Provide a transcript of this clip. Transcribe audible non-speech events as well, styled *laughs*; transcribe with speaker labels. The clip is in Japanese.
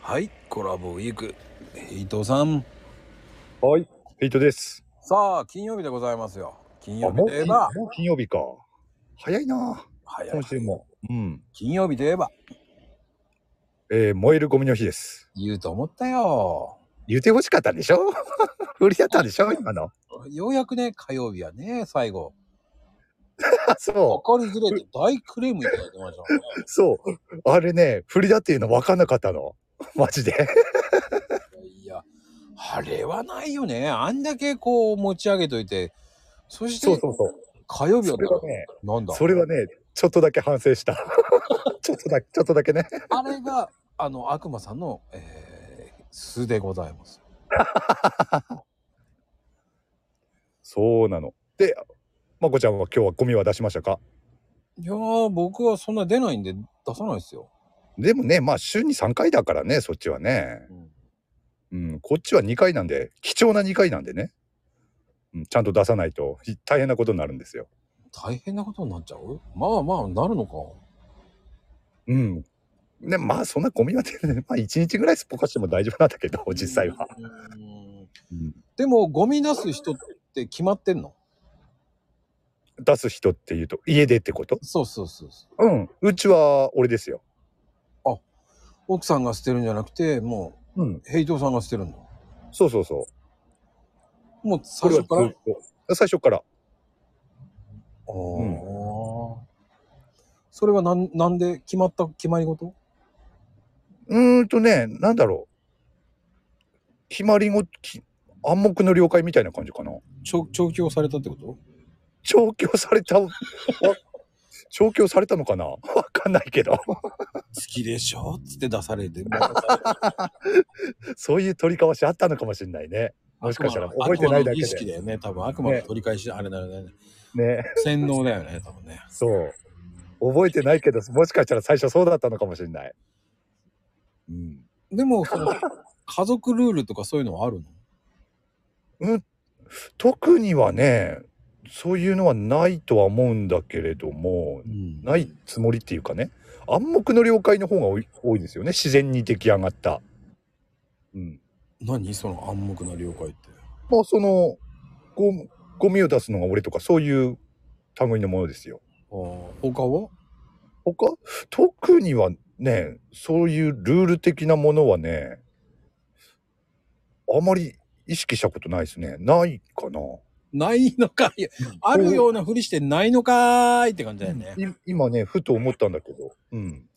Speaker 1: はい、コラボウィーク。伊藤さん。
Speaker 2: はい、フェイトです。
Speaker 1: さあ、金曜日でございますよ。金
Speaker 2: あ
Speaker 1: 曜日
Speaker 2: もう
Speaker 1: といえ
Speaker 2: 金
Speaker 1: ば、
Speaker 2: もう金曜日か。早いな、
Speaker 1: 早い
Speaker 2: 今週も。うん。
Speaker 1: 金曜日といえば、
Speaker 2: えー、燃えるゴミの日です。
Speaker 1: 言うと思ったよ。
Speaker 2: 言って欲しかったんでしょ *laughs* 振りだったんでしょ今の。
Speaker 1: ようやくね、火曜日はね、最後。
Speaker 2: あそ
Speaker 1: 分かりづれて大クレームいただきましたもんね。
Speaker 2: う、そう。あれね、振りだっていうの分かんなかったの。 *laughs* マジで。
Speaker 1: いや、あれはないよね。あんだけこう持ち上げといて、そして
Speaker 2: そうそうそう。
Speaker 1: 火曜日だ
Speaker 2: そ
Speaker 1: った
Speaker 2: れ
Speaker 1: ら
Speaker 2: は、ね、
Speaker 1: なんだ
Speaker 2: それはね、ちょっとだけ反省 *laughs* した。ちょっとだけ、ちょっとだけね。
Speaker 1: あれが、あの、悪魔さんの、えー、素でございます。
Speaker 2: そうなの。で、まこちゃんは今日はゴミは出しましたか
Speaker 1: いやー、僕はそんな出ないんで出さないですよ。
Speaker 2: でもね、まあ週に3回だからね、そっちはね。
Speaker 1: うん
Speaker 2: うん、こっちは2回なんで貴重な2回なんでね、うん、ちゃんと出さないとひ大変なことになるんですよ。
Speaker 1: 大変なことになっちゃうまあまあ、なるのか。
Speaker 2: うんね、まあそんなゴミは出ない、まあ1日ぐらいすっぽかしても大丈夫なんだけど実際は、
Speaker 1: うん。
Speaker 2: うん
Speaker 1: でも、ゴミ出す人って決まってんの
Speaker 2: 出す人っていうと家でってこと
Speaker 1: そうそうそうそう。
Speaker 2: うんうちは俺ですよ。
Speaker 1: 奥さんが捨てるんじゃなくて、も
Speaker 2: うん
Speaker 1: う、ヘイトさんが捨てるの。
Speaker 2: そうそうそう。
Speaker 1: もう最初から。あ
Speaker 2: 俺はずっと最初から。
Speaker 1: あー。それはなんなんで決まった決まり事
Speaker 2: うーんとねなんだろうひまりごき暗黙の了解みたいな感じかな。
Speaker 1: 調調教されたってこと
Speaker 2: 調教されたわ調教されたのかな *laughs* わかんないけど。
Speaker 1: 好きでしょっつって出されて。
Speaker 2: そういう取り交わしあったのかもしれないね。 *laughs* もしかしたら覚えてないだけ
Speaker 1: 意
Speaker 2: で
Speaker 1: 識だよね。多分悪魔の取り返し、あれだよね。
Speaker 2: ね。
Speaker 1: 洗脳だよね、多分ね。
Speaker 2: そう。覚えてないけど、もしかしたら最初そうだったのかもしれない。うん。
Speaker 1: でも、その、家族ルールとかそういうのはあるの
Speaker 2: 特にはね、そういうのはないとは思うんだけれども、
Speaker 1: ん
Speaker 2: ないつもりっていうかね、暗黙の了解の方が多い多いですよね。自然に出来上がった。うん。
Speaker 1: 何その暗黙の了解って。
Speaker 2: まあ、その、ゴゴミを出すのが俺とか、そういう類のものですよ。
Speaker 1: あー他は
Speaker 2: 他特にはねそういうルール的なものはねあまり意識したことないですねないかな
Speaker 1: ないのかいやあるようなふりしてないのかーいって感じだよね。
Speaker 2: い今ねふと思ったんだけど、うん、